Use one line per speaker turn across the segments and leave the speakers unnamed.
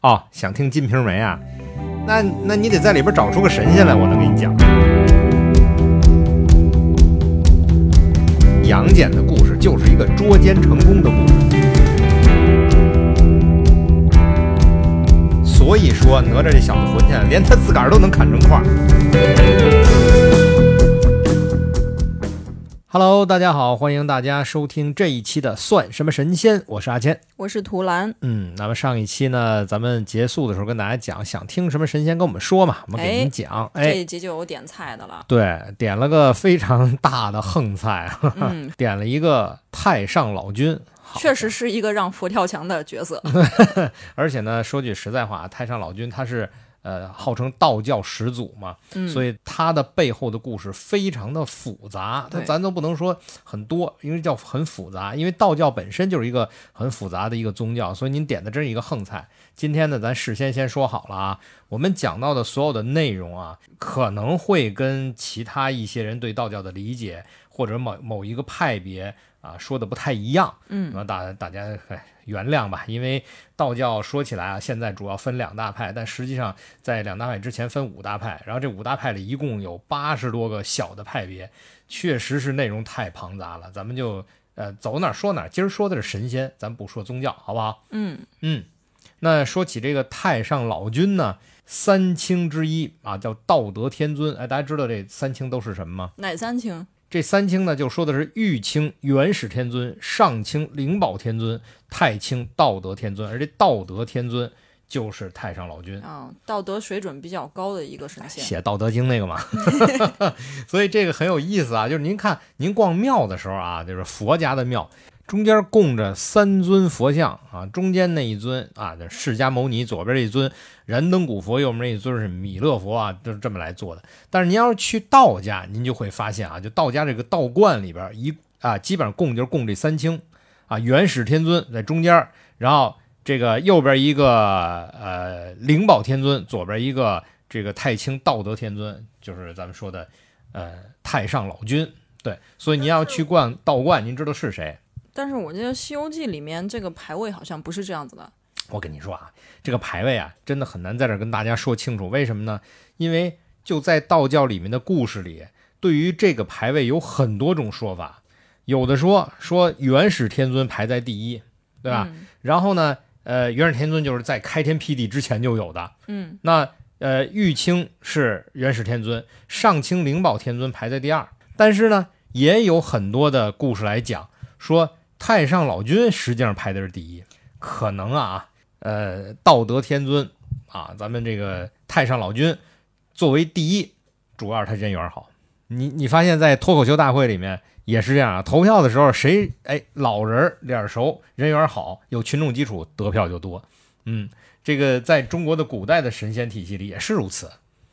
哦，想听《金瓶梅》啊？那那你得在里边找出个神仙来，我能给你讲。杨戬的故事就是一个捉奸成功的故事，所以说哪吒这小子混起来，连他自个儿都能砍成块儿。Hello，大家好，欢迎大家收听这一期的《算什么神仙》，我是阿谦。
我是图兰，
嗯，那么上一期呢，咱们结束的时候跟大家讲，想听什么神仙跟我们说嘛，我们给您
哎
讲。
这
哎，
一集就有点菜的了。
对，点了个非常大的横菜，啊，
嗯，
点了一个太上老君。好
确实，是一个让佛跳墙的 角色。
而且呢，说句实在话，啊太上老君他是呃号称道教始祖嘛，
嗯，
所以他的背后的故事非常的复杂，他
对
咱都不能说很多，因为叫很复杂，因为道教本身就是一个很复杂的一个宗教，所以您点的真是一个横菜。今天呢，咱事先先说好了啊，我们讲到的所有的内容啊，可能会跟其他一些人对道教的理解或者某某一个派别啊说的不太一样，
嗯
那大大家哎原谅吧，因为道教说起来啊，现在主要分两大派，但实际上在两大派之前分五大派，然后这五大派里一共有八十多个小的派别，确实是内容太庞杂了，咱们就呃走哪儿说哪儿。今儿说的是神仙，咱不说宗教，好不好？
嗯，
嗯，那说起这个太上老君呢，三清之一啊，叫道德天尊。哎，大家知道这三清都是什么吗？
哪三清？
这三清呢，就说的是玉清元始天尊、上清灵宝天尊、太清道德天尊，而这道德天尊就是太上老君，
啊、道德水准比较高的一个神仙。
写《道德经》那个嘛。 所以这个很有意思啊，就是您看您逛庙的时候啊，就是佛家的庙。中间供着三尊佛像啊，中间那一尊啊，这释迦牟尼，左边这一尊燃灯古佛，右边那一尊是弥勒佛啊，就是这么来做的。但是您要是去道家，您就会发现啊，就道家这个道观里边一啊，基本上供就是供这三清啊，元始天尊在中间，然后这个右边一个呃灵宝天尊，左边一个这个太清道德天尊，就是咱们说的呃太上老君。对，所以您要去逛道观，您知道是谁？
但是我记得《西游记》里面这个排位好像不是这样子的。
我跟你说啊，这个排位啊，真的很难在这儿跟大家说清楚。为什么呢？因为就在道教里面的故事里，对于这个排位有很多种说法，有的说说元始天尊排在第一，对吧？
嗯？
然后呢，呃，元始天尊就是在开天辟地之前就有的。
嗯，
那呃，玉清是元始天尊，上清灵宝天尊排在第二。但是呢，也有很多的故事来讲说，太上老君实际上排的是第一。可能啊，呃，道德天尊啊，咱们这个太上老君作为第一，主要是他人缘好。你你发现，在脱口秀大会里面也是这样啊，投票的时候谁哎老人儿脸熟，人缘好，有群众基础，得票就多。嗯，这个在中国的古代的神仙体系里也是如此。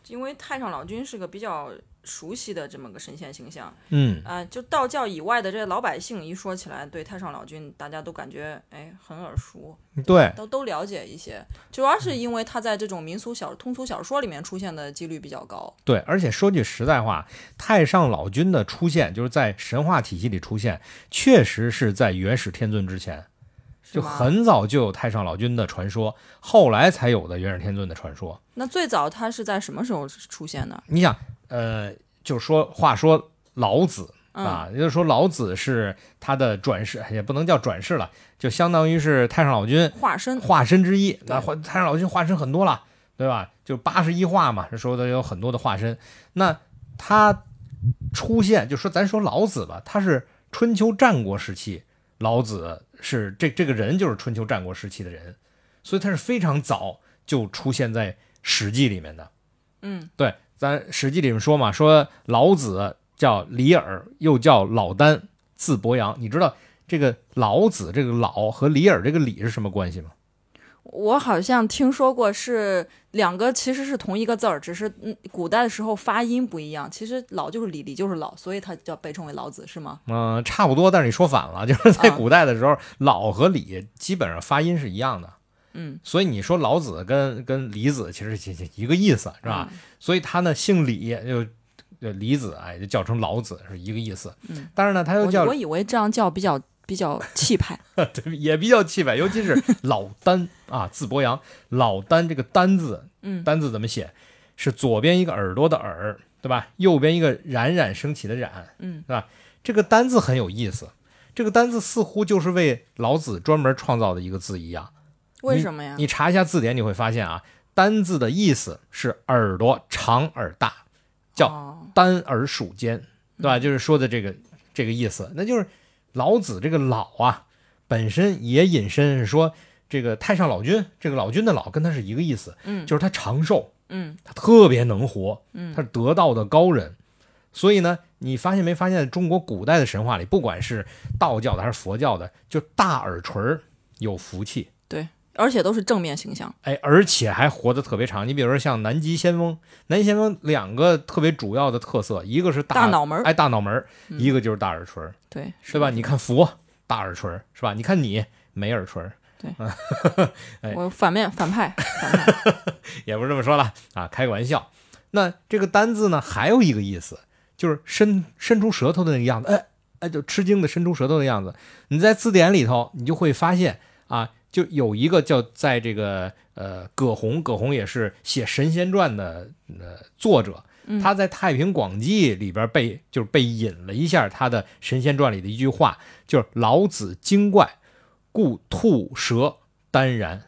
因为太上老君是个比较熟悉的这么个神仙形象
嗯，
啊、就道教以外的这些老百姓一说起来，对太上老君大家都感觉哎很耳熟。
对，
都都了解一些，主要是因为他在这种民俗小通俗小说里面出现的几率比较高。
对，而且说句实在话，太上老君的出现，就是在神话体系里出现，确实是在元始天尊之前，
是
就
吗
很早就有太上老君的传说，后来才有的元始天尊的传说。
那最早他是在什么时候出现的？
你想，呃，就说话说老子
嗯、
啊，也就是说老子是他的转世，也不能叫转世了，就相当于是太上老君
化身。
化身之一。那化太上老君化身很多了，对吧？就八十一化嘛，这说的有很多的化身。那他出现，就说咱说老子吧，他是春秋战国时期，老子是这这个人就是春秋战国时期的人，所以他是非常早就出现在《史记》里面的。
嗯
对，咱《史记》里面说嘛，说老子叫李耳，又叫老聃，字伯阳。你知道这个老子这个老和李耳这个李是什么关系吗？
我好像听说过是两个其实是同一个字儿，只是嗯古代的时候发音不一样。其实老就是李，李就是老，所以他叫被称为老子，是吗？
嗯、差不多，但是你说反了，就是在
啊
古代的时候，老和李基本上发音是一样的，
嗯，
所以你说老子跟跟李子其实是一个意思，是吧？
嗯？
所以他呢姓李，就呃啊就李子，哎，就叫成老子是一个意思。
嗯
但是呢，他又
我
叫
我以为这样叫比较比较 气派。
对也比较气派，尤其 是老丹啊，字伯阳，老丹这个丹字，
嗯
丹字怎么写？是左边一个耳朵的耳，对吧？右边一个冉冉升起的冉，
嗯，
是吧？这个丹字很有意思，这个丹字似乎就是为老子专门创造的一个字一样。
为什么呀？
你查一下字典，你会发现啊，丹字的意思是耳朵长而大，叫
哦
单耳属间，
嗯
对吧？就是说的这个这个意思，那就是老子这个老啊，本身也引申是说这个太上老君，这个老君的老跟他是一个意思，
嗯
就是他长寿，
嗯
他特别能活，
嗯
他是得道的高人。所以呢，你发现没发现，中国古代的神话里，不管是道教的还是佛教的，就大耳垂儿有福气，
而且都是正面形象。
哎，而且还活得特别长。你比如说像南极仙翁，南极仙翁两个特别主要的特色，一个是大
大脑门儿
哎，大脑门儿，
嗯
一个就是大耳垂儿，
对，
对吧？你看佛大耳垂儿是吧？你看你没耳垂儿，哎
我反面反派，反派
也不是这么说了啊，开个玩笑。那这个单字呢，还有一个意思，就是伸伸出舌头的那个样子，哎哎，就吃惊的伸出舌头的样子。你在字典里头，你就会发现啊，就有一个叫在这个呃葛洪，葛洪也是写《神仙传》的呃作者，
嗯
他在《太平广记》里边被就是被引了一下他的《神仙传》里的一句话，就是“老子精怪，故吐舌丹然，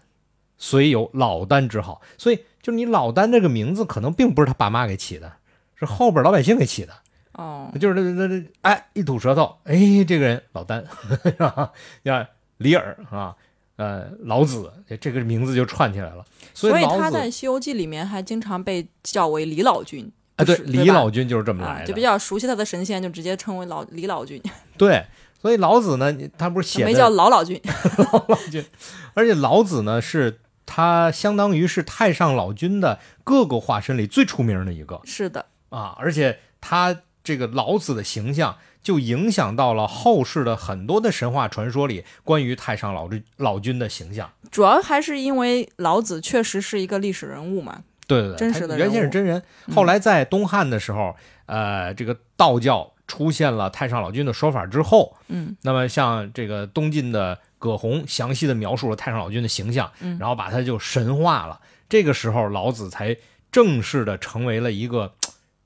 虽有老丹之好”。所以，就是你老丹这个名字可能并不是他爸妈给起的，是后边老百姓给起的。
哦，
就是那那那，哎，一吐舌头，哎，这个人老丹， 是吧？像李耳啊，呃，老子，这个名字就串起来了。所
所以
老
他
子
在《西游记》里面还经常被叫为李老君
啊，对，
是对吧
李老君就是这么
啊，
来
就
的
比。较熟悉他的神仙，就直接称为老李老君，
对，所以老子呢，你他不是写
没
的
叫老老君。
老老君，而且老子呢是他相当于是太上老君的各个化身里最出名的一个
是的，
啊，而且他这个老子的形象就影响到了后世的很多的神话传说里关于太上老君老君的形象。
主要还是因为老子确实是一个历史人物嘛。
对对对，
真
他
实的
原
人
先是
物嗯
真人，后来在东汉的时候，呃，这个道教出现了太上老君的说法之后，
嗯，
那么像这个东晋的葛洪详细的描述了太上老君的形象，
嗯
然后把他就神化了。这个时候，老子才正式的成为了一个，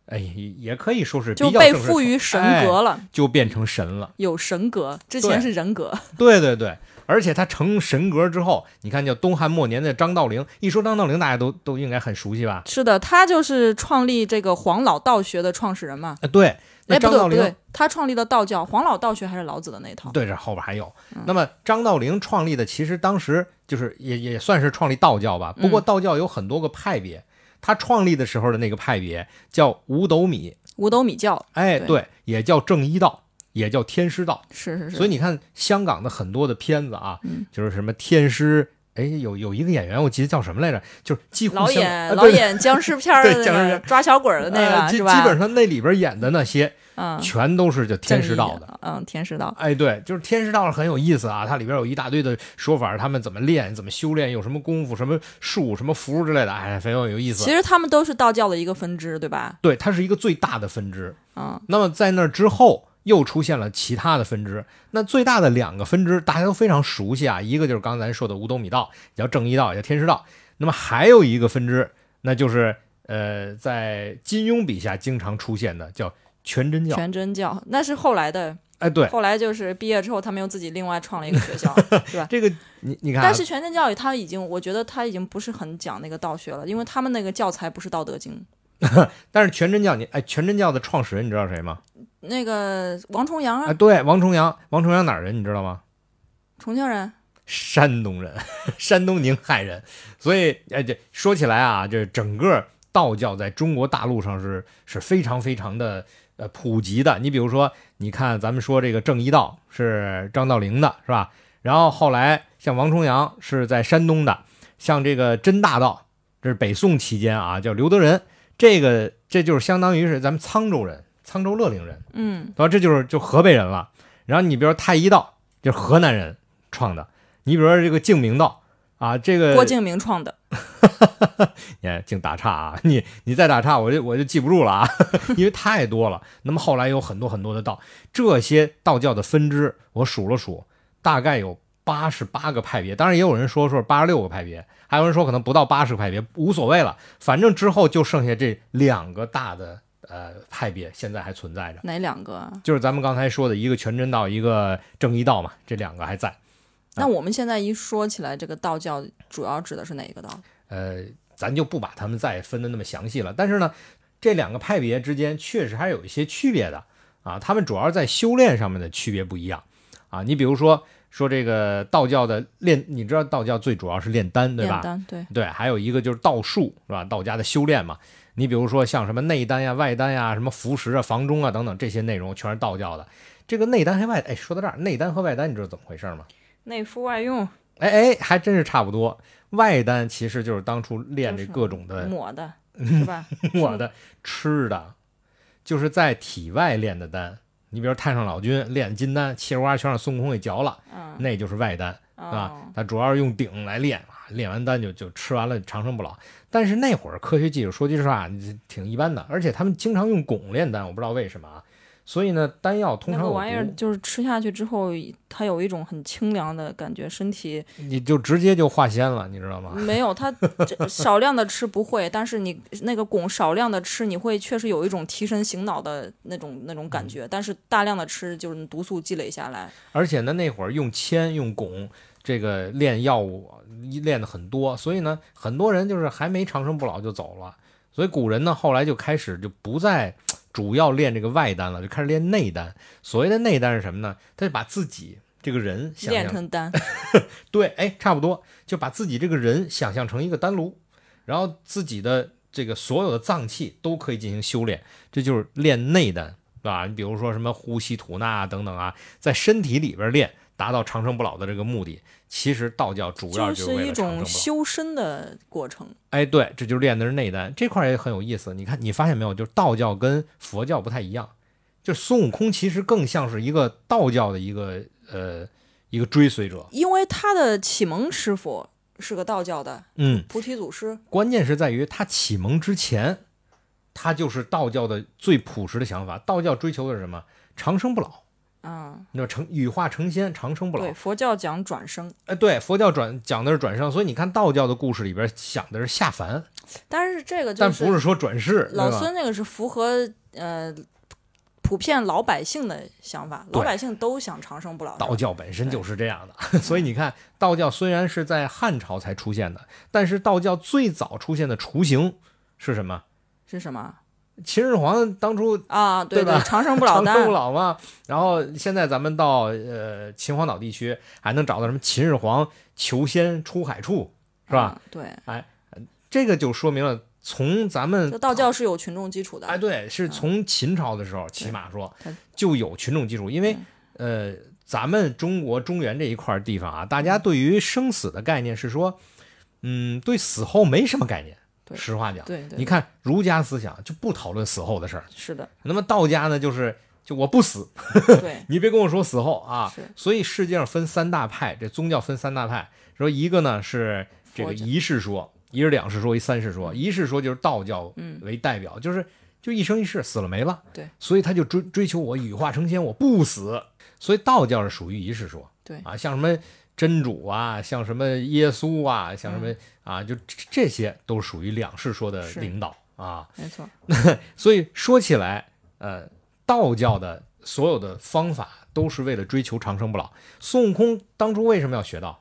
哎，也可以说是
就
比较
被
正式
赋
的
予
称
神格
哎，
了，
就变成神了。
有神格，之
对
前是人格。
对对对，而且他成神格之后，你看，叫东汉末年的张道陵，一说张道陵，大家都都应该很熟悉吧？
是的，他就是创立这个黄老道学的创始人嘛。
啊，对，那
哎，不
张
对
道
不
陵
对，他创立的道教，黄老道学还是老子的那一套。
对，嗯这后边还有。那么张道陵创立的，其实当时就是也也算是创立道教吧。不过道教有很多个派别，他创立的时候的那个派别叫五斗米，
五斗米教，
哎，
对
对，也叫正一道，也叫天师道。
是是是。
所以你看香港的很多的片子啊，
嗯
就是什么天师，哎，有有一个演员我记得叫什么来着，就是几乎
老
香
演、
啊
老
对
演僵尸片儿的
对僵尸
那
片
个
儿
抓小鬼儿的那个、
呃基
是吧？
基本上那里边演的那些，
嗯，
全都是叫天师道
正
的
义。，嗯，天师道，
哎，对，就是天师道很有意思啊，它里边有一大堆的说法，他们怎么练、怎么修炼，有什么功夫、什么术、什么符之类的，哎，非常有意
其
思。
实他们都是道教的一个分支，对吧？
对，它是一个最大的分支。
嗯，
那么在那之后，又出现了其他的分支。那最大的两个分支，大家都非常熟悉啊，一个就是刚才说的五斗米道，也叫正一道，也叫天师道。那么还有一个分支，那就是呃，在金庸笔下经常出现的叫全真教。
全哦真教那是后来的，
哎，对，
后来就是毕业之后，他们又自己另外创了一个 学校，对吧？
这个你你看、啊，
但是全真教育他已经，我觉得他已经不是很讲那个道学了，因为他们那个教材不是《道德经》，
但是全真教你哎，全真教的创始人你知道谁吗？
那个王重阳
啊、
啊，
对，王重阳，王重阳哪儿人你知道吗？
重庆人，
山东人， 山东宁海人。所以，哎，这说起来啊，这整个道教在中国大陆上是是非常非常的呃普及的。你比如说，你看咱们说这个正一道是张道陵的，是吧？然后后来像王重阳是在山东的，像这个真大道，这是北宋期间啊，叫刘德仁，这个这就是相当于是咱们沧州人，沧州乐陵人。
嗯，
然后这就是就河北人了。然后你比如说太医道，就是河南人创的；你比如说这个净明道啊，这个
郭敬明创的，
你看净打岔啊！ 你你再打岔，我就我就记不住了啊， 因为太多了。那么后来有很多很多的道，这些道教的分支，我数了数，大概有八十八个派别。当然也有人说说八十六个派别，还有人说可能不到八十个派别，无所谓了。反正之后就剩下这两个大的呃派别，现在还存在着。
哪两个啊？
就是咱们刚才说的一个全真道，一个正一道嘛，这两个还在。
那我们现在一说起来，这个道教主要指的是哪一个道？
呃，咱就不把它们再分的那么详细了。但是呢，这两个派别之间确实还是有一些区别的啊。他们主要是在修炼上面的区别不一样啊。你比如说说这个道教的炼，你知道道教最主要是炼丹，对
炼
吧？
丹，对，
对，还有一个就是道术，是吧？道家的修炼嘛。你比如说像什么内丹呀、外丹呀、什么服食啊、房中啊等等这些内容，全是道教的。这个内丹和外，哎，说到这儿，内丹和外丹，你知道怎么回事吗？
内敷外用，
哎哎，还真是差不多。外丹其实就是当初练这
就是嗯
各种的
抹 的，是吧？
我的吃的，就是在体外炼的丹。你比如太上老君炼金丹，气儿瓜全让孙悟空给嚼了，
嗯，
那就是外丹啊
哦。
他主要是用鼎来炼啊，炼完丹就就吃完了长生不老。但是那会儿科学技术说句实话挺一般的，而且他们经常用汞炼丹，我不知道为什么啊。所以呢，丹药通
那
常
个
有
玩意儿
毒
就是吃下去之后，它有一种很清凉的感觉，身体
你就直接就化纤了，你知道吗？
没有它这少量的吃不会，但是你那个汞少量的吃，你会确实有一种提神醒脑的那种那种
嗯
感觉，但是大量的吃就是毒素积累下来，
而且呢，那会儿用铅、用汞这个炼药物一炼的很多，所以呢，很多人就是还没长生不老就走了。所以古人呢，后来就开始就不再主要练这个外丹了，就开始练内丹。所谓的内丹是什么呢？他就把自己这个人想
炼
象
成丹，
对，哎，差不多，就把自己这个人想象成一个丹炉，然后自己的这个所有的脏器都可以进行修炼，这就是练内丹，对吧？你比如说什么呼吸吐纳啊等等啊，在身体里边练，达到长生不老的这个目的。其实道教主要
就
就是为
是一
了长生不老。
种修身的过程。
哎，对，这就练的是内丹，这块儿也很有意思。你看，你发现没有？就是道教跟佛教不太一样，就是孙悟空其实更像是一个道教的一个呃一个追随者。
因为他的启蒙师傅是个道教的
嗯，
菩提祖师，
关键是在于他启蒙之前，他就是道教的最朴实的想法。道教追求的是什么？长生不老。
嗯，
那成羽化成仙，长生不老
对，。佛教讲转生，
哎，对，佛教转讲的是转生，所以你看道教的故事里边想的是下凡，
但是这个就
但不是说转世，
老
对吧？
孙那个是符合呃普遍老百姓的想法，
对
老百姓都想长生不老，
道教本身就是这样的， 所以你看，道教虽然是在汉朝才出现的，但是道教最早出现的雏形是什么？
是什么
秦始皇当初
啊？对
对吧
长生不老
长生
丹
不，老嘛。然后现在咱们到呃秦皇岛地区，还能找到什么秦始皇求仙出海处，是吧？
嗯？对，
这个就说明了，从咱们
这道教是有群众基础的，
哎对，
嗯
是从秦朝的时候，起码说
它
就有群众基础，因为
嗯
呃咱们中国中原这一块地方啊，大家对于生死的概念是说，嗯，对死后没什么概念。
对
实话讲，
对对，
你看儒家思想就不讨论死后的事儿，
是的，
那么道家呢，就是就我不死，
对，
你别跟我说死后啊
是。
所以世界上分三大派，这宗教分三大派，说一个呢是这个
佛教
一世说，一是两世说，一三世说。一世说就是道教
嗯
为代表，就是就一生一世死了没了。
对，
所以他就追追求我羽化成仙，我不死。所以道教是属于一世说。
对
啊，像什么真主啊，像什么耶稣啊，像什么、啊，就这这些都属于两世说的
嗯是
领导啊。
没错，
所以说起来，呃，道教的所有的方法都是为了追求长生不老。孙悟空当初为什么要学道？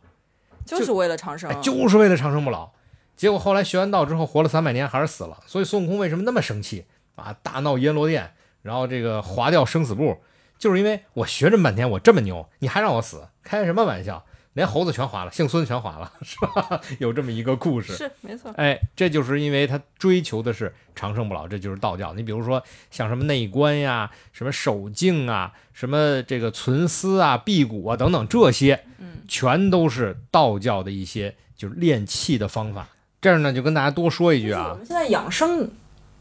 就是啊为了长生
哎，，就是为了长生不老。结果后来学完道之后，活了三百年还是死了。所以孙悟空为什么那么生气啊？大闹阎罗殿，然后这个划掉生死簿，就是因为我学这么半天，我这么牛，你还让我死，开什么玩笑？连猴子全划了，姓孙全划了，是吧？有这么一个故事。
是没错，
哎，这就是因为他追求的是长生不老，这就是道教。你比如说像什么内观呀、什么守静啊、什么这个存思啊、辟谷啊等等这些，
嗯，
全都是道教的一些就是练气的方法。这儿呢，就跟大家多说一句
我
啊，
们现在养生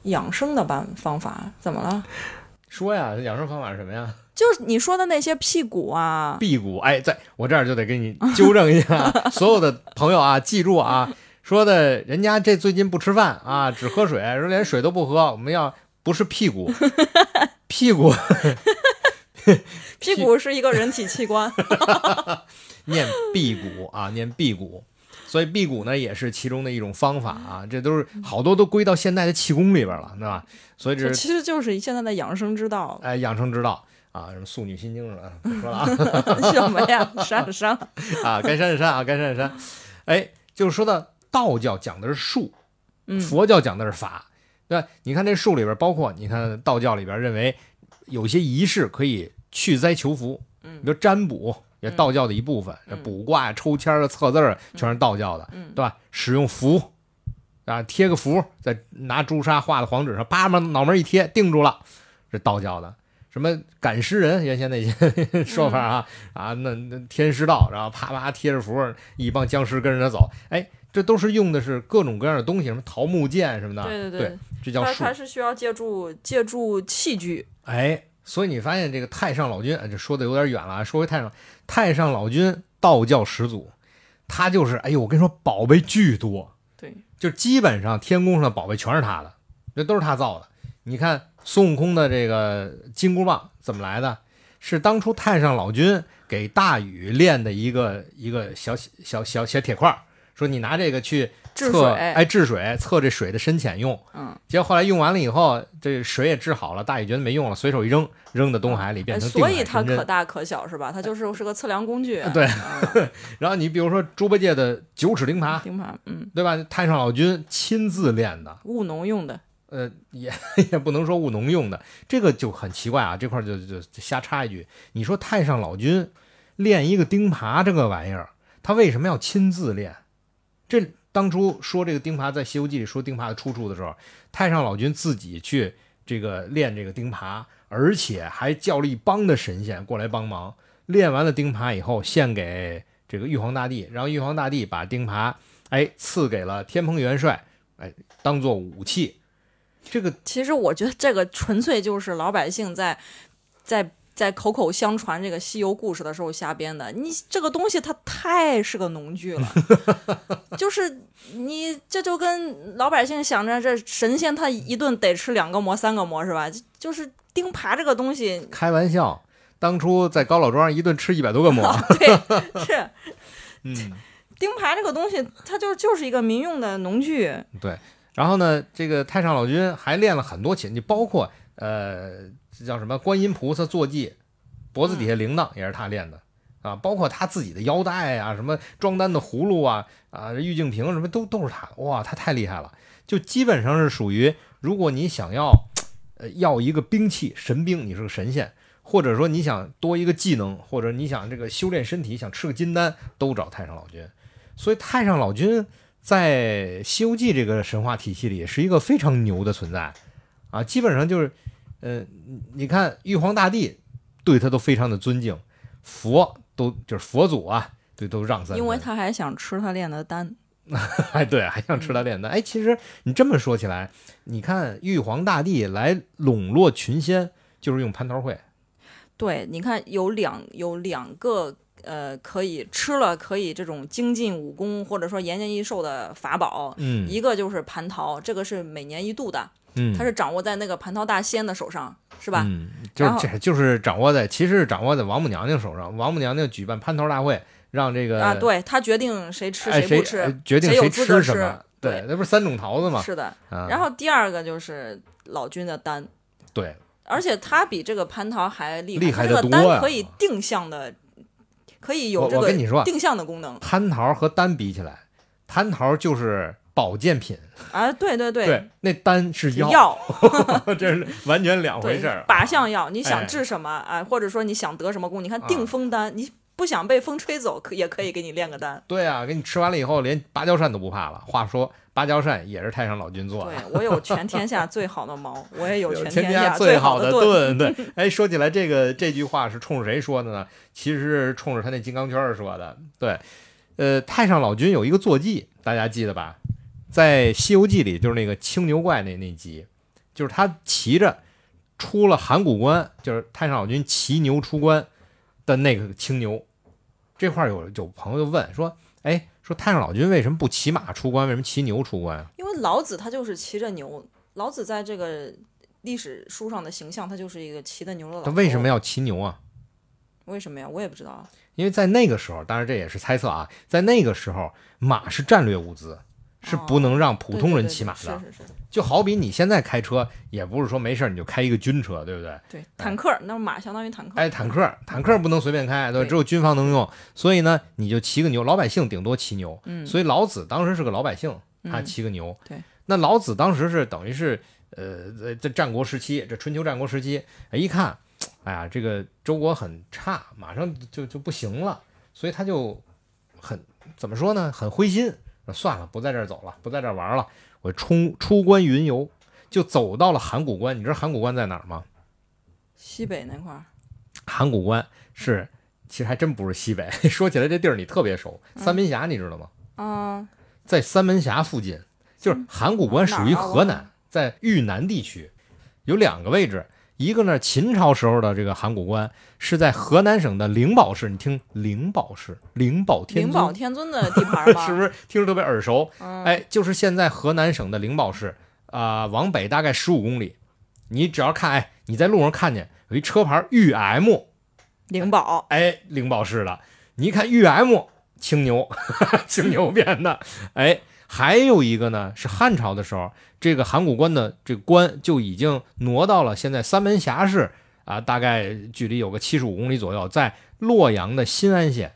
养生的办方法怎么了？
说呀，养生方法是什么呀？
就是你说的那些屁股啊，
辟谷。哎，在我这儿就得给你纠正一下，所有的朋友啊，记住啊，说的人家这最近不吃饭啊，只喝水，说连水都不喝，我们要不是屁股，屁股
屁股是一个人体器官，
念辟谷啊，念辟谷。所以辟谷呢，也是其中的一种方法啊，这都是好多都归到现代的气功里边了，对吧？所以这
这
是，
其实就是现在的养生之道
哎养生之道啊，什么《素女心经》什么的，不说了啊。
什么呀？上上
啊，该删的删啊，该删的删。哎，就是说到道教讲的是术，
嗯
佛教讲的是法，对吧？你看这术里边，包括你看道教里边认为有些仪式可以去灾求福，
嗯
比如占卜也是道教的一部分，
嗯
卜卦呀、抽签儿啊、测字儿啊全是道教的，
嗯
对吧？使用符。啊，贴个符，再拿朱砂画在黄纸上，啪往脑门一贴，定住了。这道教的什么赶尸人，原先那些 说法啊、
嗯
啊，那那天师道，然后啪啪贴着符，一帮僵尸跟着他走，哎，这都是用的是各种各样的东西，什么桃木剑什么的，
对
啊对
对，
这叫
它
术
它，是需要借助借助器具，
哎，所以你发现这个太上老君，哎这说的有点远了啊，说回太上，太上老君道教始祖，他就是，哎呦，我跟你说，宝贝巨多，
对，
就基本上天宫上的宝贝全是他的，这都是他造的。你看孙悟空的这个金箍棒怎么来的？是当初太上老君给大禹炼的一个一个小小小小铁块儿，说你拿这个去
治
测
水
哎治水，测这水的深浅用。
嗯，
结果后来用完了以后，这水也治好了，大禹觉得没用了，随手一扔，扔到东海里变
哎
成定
所
海
以它
神针
可大可小是吧？它就是是个测量工具，
啊对
嗯，
然后你比如说猪八戒的九齿钉耙，
钉耙，嗯，
对吧？太上老君亲自炼的，
务农用的，
呃，也 也不能说务农用的，这个就很奇怪啊。这块儿就就就瞎插一句，你说太上老君练一个钉耙这个玩意儿，他为什么要亲自练？这当初说这个钉耙在《西游记》里说钉耙的出处的时候，太上老君自己去这个练这个钉耙，而且还叫了一帮的神仙过来帮忙。练完了钉耙以后，献给这个玉皇大帝，然后玉皇大帝把钉耙哎赐给了天蓬元帅，哎当做武器。这个，
其实我觉得这个纯粹就是老百姓在在在口口相传这个西游故事的时候瞎编的。你这个东西它太是个农具了，就是你这就跟老百姓想着这神仙他一顿得吃两个馍三个馍是吧？就就是钉耙这个东西
开玩笑，当初在高老庄一顿吃一百多个 馍，
啊对，是
嗯，
钉耙这个东西，它就就是一个民用的农具。
对。然后呢，这个太上老君还练了很多琴，你包括呃，这叫什么观音菩萨坐骑，脖子底下铃铛也是他练的。啊，包括他自己的腰带啊，什么装单的葫芦啊，啊，玉净瓶什么都都是他的，哇，他太厉害了！就基本上是属于，如果你想要，呃，要一个兵器神兵，你是个神仙，或者说你想多一个技能，或者你想这个修炼身体，想吃个金丹，都找太上老君。所以太上老君在《西游记》这个神话体系里是一个非常牛的存在啊，基本上就是，呃，你看玉皇大帝对他都非常的尊敬，佛都就是佛祖啊，对都让三分。
因为他还想吃他炼的丹，
哎，对，还想吃他
嗯
炼丹。哎，其实你这么说起来，你看玉皇大帝来笼络群仙，就是用蟠桃会。
对，你看有两有两个呃，可以吃了可以这种精进武功或者说延年益寿的法宝，
嗯
一个就是蟠桃，这个是每年一度的，
嗯，
它是掌握在那个蟠桃大仙的手上，是吧？
嗯，就是
然后
这就是掌握在，其实是掌握在王母娘娘手上。王母娘娘举办蟠桃大会，让这个
啊，对，他决定谁吃
嗯哎
不
谁
吃，
哎决定
谁有资格
吃什
吃
么。对
对，
那不是三种桃子吗？
是的。
啊，
然后第二个就是老君的丹，
对，
而且它比这个蟠桃还厉害，
厉害
它
得
这个
多呀
丹可以定向的，可以有
我
这
我跟你
个
说啊，
定向的功能
蟠桃和丹比起来，蟠桃就是保健品，
啊！对对对，
对，那丹是药，
药
这是完全两回
对
事儿。
靶向药，你
哎
想治什么啊？或者说你想得什么功？你看
啊
定风丹，你不想被风吹走，可也可以给你炼个丹。
对啊，给你吃完了以后，连芭蕉扇都不怕了。话说，芭蕉扇也是太上老君做的
对。我有全天下最好的矛，我也有全
天
下
最
好
的
盾。
盾，对，哎，说起来这个这句话是冲着谁说的呢？其实是冲着他那金刚圈儿说的。对，呃，太上老君有一个坐骑，大家记得吧？在《西游记》里，就是那个青牛怪那那集，就是他骑着出了函谷关，就是太上老君骑牛出关的那个青牛。这块儿有有朋友就问说，哎，说太上老君为什么不骑马出关，为什么骑牛出关啊？
因为老子他就是骑着牛，老子在这个历史书上的形象，他就是一个骑着牛的老头。
他为什么要骑牛啊？
为什么呀？我也不知道啊。
因为在那个时候，当然这也是猜测啊，在那个时候，马是战略物资，是不能让普通人骑马的。
哦对对对对是是是，
就好比你现在开车，也不是说没事儿你就开一个军车，对不对？
对坦克，那马相当于坦克。
啊哎，坦克，坦克不能随便开，对吧，
对
只有军方能用。所以呢，你就骑个牛，老百姓顶多骑牛。
嗯，
所以老子当时是个老百姓，他
嗯
骑个牛。
对，
那老子当时是等于是呃，在在战国时期，这春秋战国时期，哎一看，哎呀，这个周国很差，马上就就不行了，所以他就很怎么说呢，很灰心，说算了，不在这儿走了，不在这儿玩了，我冲出关云游，就走到了函谷关。你知道函谷关在哪儿吗？
西北那块儿，
函谷关是。其实还真不是西北， 说起来这地儿你特别熟，三门峡你知道吗？
嗯，
在三门峡附近，就是函谷关属于
啊
河南，在豫南地区，有两个位置，一个呢秦朝时候的这个函谷关是在河南省的灵宝市，你听灵宝市，灵宝天
灵
尊
宝天尊的地盘儿 吧？
是不是听着特别耳熟？
嗯，
哎，就是现在河南省的灵宝市啊、往北大概十五公里，你只要看，哎，你在路上看见有一车牌豫 M，
灵宝，
哎，灵宝市的，你一看 UM 青牛， 青牛变的，哎，还有一个呢是汉朝的时候，这个函谷关的这个关就已经挪到了现在三门峡市啊，大概距离有个七十五公里左右，在洛阳的新安县。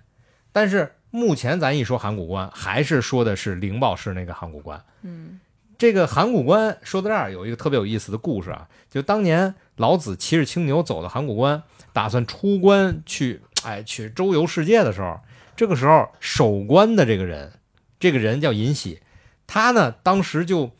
但是目前咱一说函谷关，还是说的是灵宝市那个函谷关。
嗯
这个函谷关说到这儿有一个特别有意思的故事啊，就当年老子骑着青牛走到函谷关，打算出关去，哎，去周游世界的时候，这个时候守关的这个人，这个人叫尹喜，他呢当时就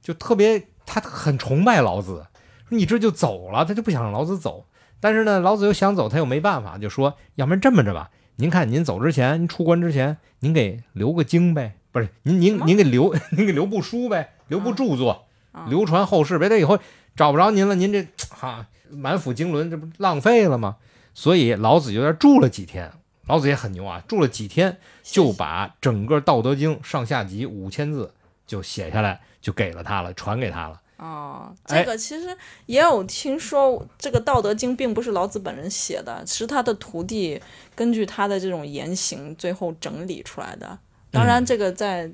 就特别，他很崇拜老子，说你这就走了，他就不想让老子走。但是呢，老子又想走，他又没办法，就说，要不然这么着吧，您看您走之前，您出关之前，您给留个经呗，不是您
什
您
么
您给留 您给留部书呗，留部
啊
著作，
啊，
流传后世，别得以后找不着您了，您这哈、满腹经纶，这不浪费了吗？所以老子就在这儿住了几天，老子也很牛啊，住了几天就把整个《道德经》上下集五千字就写下来，就给了他了，传给他了。
哦，
哎
这个其实也有听说，这个《道德经》并不是老子本人写的，是他的徒弟根据他的这种言行，最后整理出来的。当然，
嗯
这个在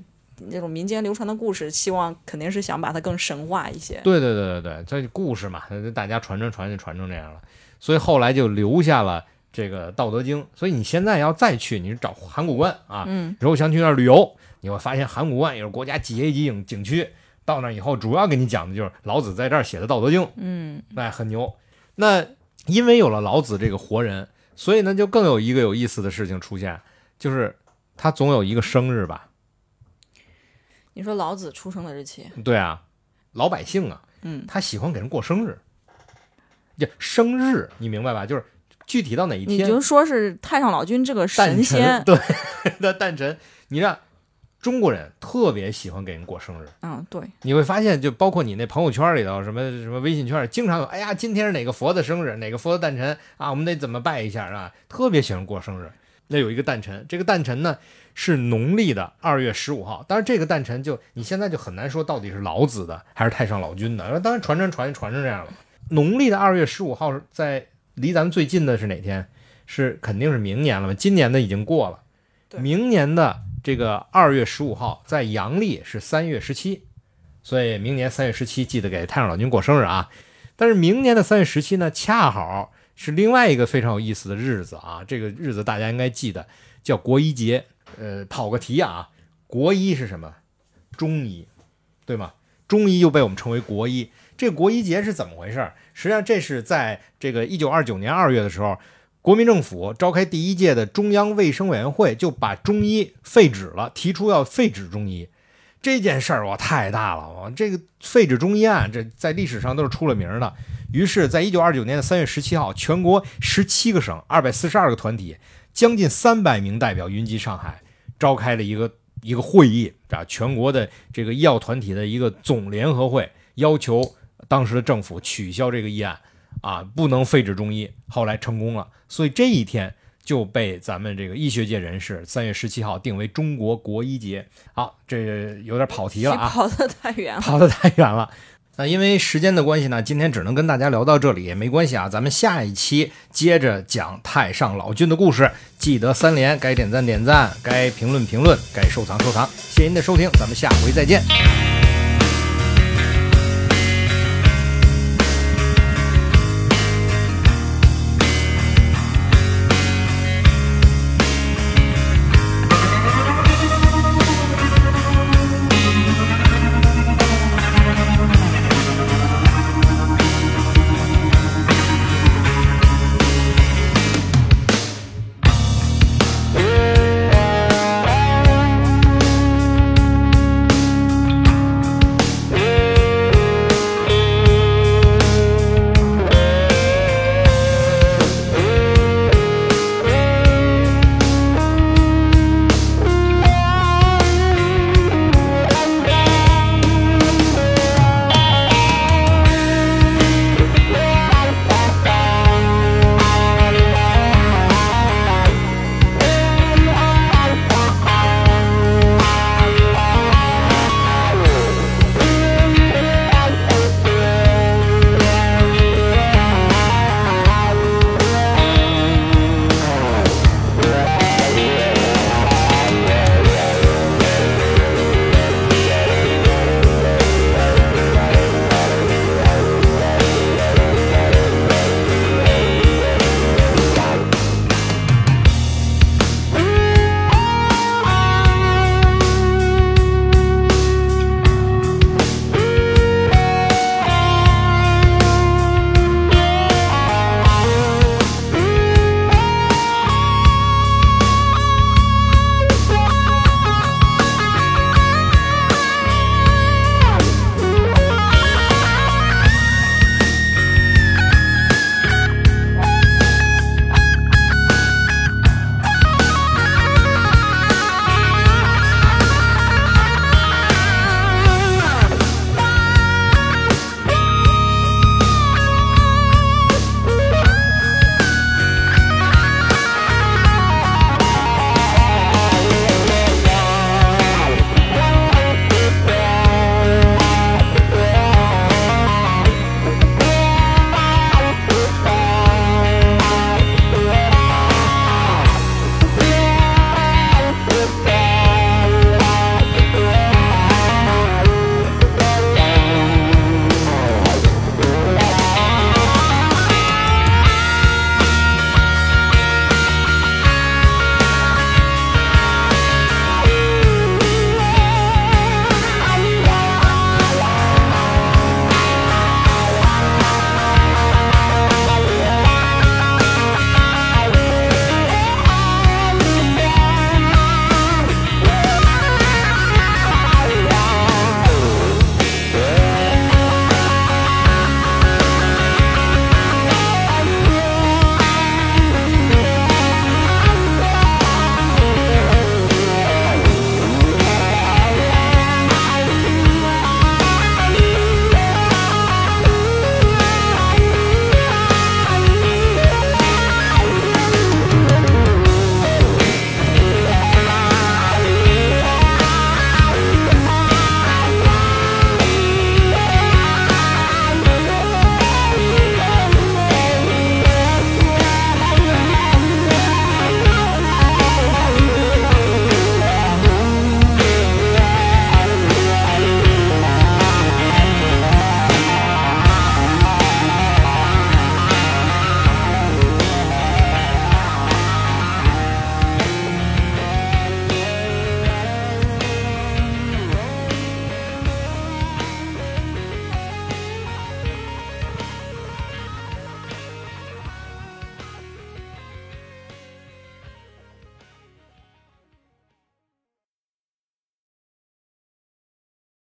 这种民间流传的故事，希望肯定是想把它更神话一些。
对对对对对，这故事嘛，大家传传传就传成这样了，所以后来就留下了这个《道德经》。所以你现在要再去，你是找函谷关啊，
嗯，
如果想去那儿旅游，你会发现函谷关也是国家几 A 级景景区。到那儿以后，主要给你讲的就是老子在这儿写的《道德经》，
嗯，
哎，很牛。那因为有了老子这个活人，所以呢，就更有一个有意思的事情出现，就是他总有一个生日吧？
你说老子出生的日期，
对啊，老百姓啊，
嗯，
他喜欢给人过生日，这生日你明白吧？就是具体到哪一
你
天，
就说是太上老君这
诞
个神
辰
仙，
对 那诞辰，你让中国人特别喜欢给人过生日。
嗯，对，
你会发现，就包括你那朋友圈里头，什么什么微信圈，经常有，哎呀，今天是哪个佛的生日，哪个佛的诞辰啊，我们得怎么拜一下啊？特别喜欢过生日。那有一个诞辰，这个诞辰呢是农历的二月十五号，当然这个诞辰就你现在就很难说到底是老子的还是太上老君的，当然传传传传成这样了。农历的二月十五号是在离咱们最近的是哪天？是肯定是明年了嘛，今年的已经过了，
对
明年的这个二月十五号在阳历是三月十七。所以明年三月十七记得给太上老君过生日啊。但是明年的三月十七呢，恰好是另外一个非常有意思的日子啊，这个日子大家应该记得，叫国医节。呃，跑个题啊，国医是什么？中医，对吗？中医又被我们称为国医。这个国医节是怎么回事儿？实际上，这是在这个一九二九年二月的时候，国民政府召开第一届的中央卫生委员会，就把中医废止了，提出要废止中医。这件事儿哇太大了，我这个废止中医案，这在历史上都是出了名儿的。于是，在一九二九年的三月十七号，全国十七个省、二百四十二个团体，将近三百名代表云集上海，召开了一个一个会议啊，全国的这个医药团体的一个总联合会，要求当时的政府取消这个议案啊，不能废止中医。后来成功了，所以这一天就被咱们这个医学界人士三月十七号定为中国国医节。好，这有点跑题了啊，
跑得太远了。
跑得太远了。那因为时间的关系呢，今天只能跟大家聊到这里，也没关系啊。咱们下一期接着讲太上老君的故事，记得三连，该点赞点赞，该评论评论，该收藏收藏。谢谢您的收听，咱们下回再见。